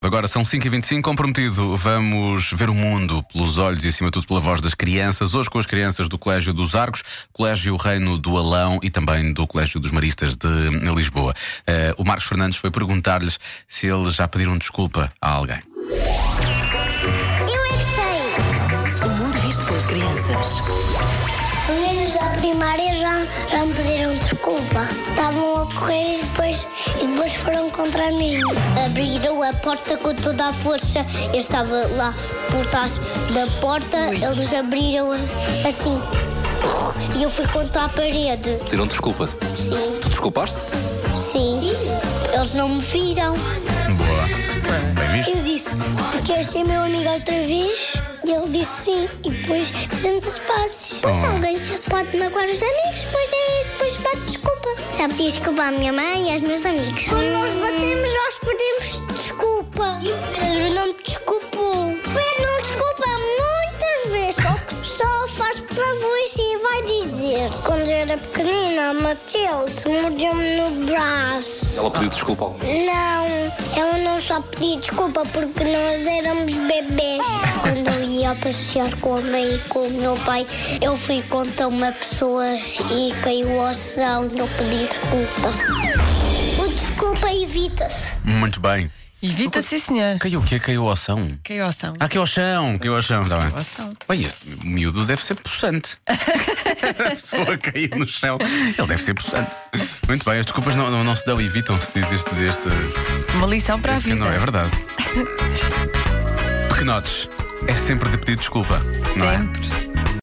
Agora são 5h25, comprometido. Vamos ver o mundo pelos olhos e, acima de tudo, pela voz das crianças. Hoje com as crianças do Colégio dos Arcos, Colégio Reino do Alão e também do Colégio dos Maristas de Lisboa. Eh, o Marcos Fernandes foi perguntar-lhes se eles já pediram desculpa a alguém. Eu é que sei. O mundo visto pelas crianças. Os meninos da primária já, já me pediram desculpa. Estavam a correr e depois, e depois foram contra mim. Abriram a porta com toda a força. Eu estava lá por trás da porta, eles abriram assim. E eu fui contra a parede. Pediram desculpa. Sim, Tu desculpaste? sim. Eles não me viram. Boa. Bem visto? Eu disse, queres ser meu amigo outra vez? E ele disse sim, e depois fizemos os passos. Pois alguém pode magoar os amigos, pois é, depois bate desculpa. Já pedi desculpa à minha mãe e aos meus amigos. Quando nós batemos, nós pedimos desculpa. E o Pedro não me desculpou. Pedro não desculpa muitas vezes, só que só faz para você e vai dizer. Quando era pequenina, a Matilde mordeu-me no braço. Ela pediu desculpa alguma. Não, eu não só pedi desculpa porque nós éramos bebês. Quando eu ia passear com a mãe e com o meu pai, eu fui contra uma pessoa e caiu ao chão e eu pedi desculpa. O desculpa evita-se. Muito bem. Evita, sim, senhor. Caiu o quê? Caiu ao chão? Que é oção. Ah, caiu ao chão. Caiu ao chão, está bem. ao chão. Bem, este miúdo deve ser possante. a pessoa caiu no chão. Ele deve ser possante. Muito bem, as desculpas não, não, não se dão, evitam-se, diz este. Diz este Uma lição para a este que vida. não é verdade. Pequenotes, é sempre de pedir desculpa, não é? Sempre.